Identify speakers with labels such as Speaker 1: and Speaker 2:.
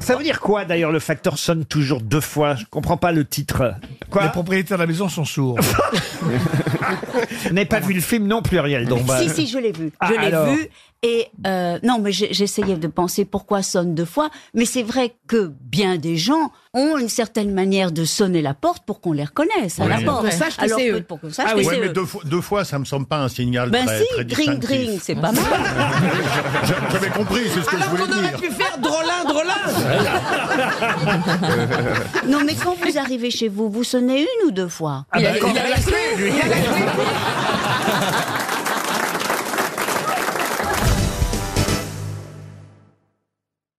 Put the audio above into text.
Speaker 1: Ça veut dire quoi d'ailleurs le facteur sonne toujours deux fois Je comprends pas le titre. Quoi
Speaker 2: Les propriétaires de la maison sont sourds.
Speaker 1: Vous n'avez pas vu le film non pluriel donc. bah,
Speaker 3: Si, si, je l'ai vu.
Speaker 1: Ah,
Speaker 3: je l'ai
Speaker 1: alors.
Speaker 3: vu. Et euh, non, mais j'ai- j'essayais de penser pourquoi sonne deux fois. Mais c'est vrai que bien des gens ont une certaine manière de sonner la porte pour qu'on les reconnaisse à la porte.
Speaker 4: Pour qu'on sache que
Speaker 3: Alors
Speaker 4: c'est eux.
Speaker 3: Pour qu'on sache
Speaker 4: Ah
Speaker 3: que
Speaker 4: oui.
Speaker 3: c'est
Speaker 5: Ouais, mais
Speaker 3: eux.
Speaker 5: deux fois, deux fois, ça me semble pas un signal
Speaker 3: Ben
Speaker 5: très, très
Speaker 3: si, drink,
Speaker 5: distinctif.
Speaker 3: drink, c'est pas mal.
Speaker 5: J'a- J'avais compris, c'est ce que je
Speaker 4: Alors qu'on
Speaker 5: voulais
Speaker 4: aurait
Speaker 5: dire.
Speaker 4: pu faire drôlin, drôlin
Speaker 3: Non, mais quand vous arrivez chez vous, vous sonnez une ou deux fois
Speaker 4: Il a- il a la clé, lui. Il a la clé.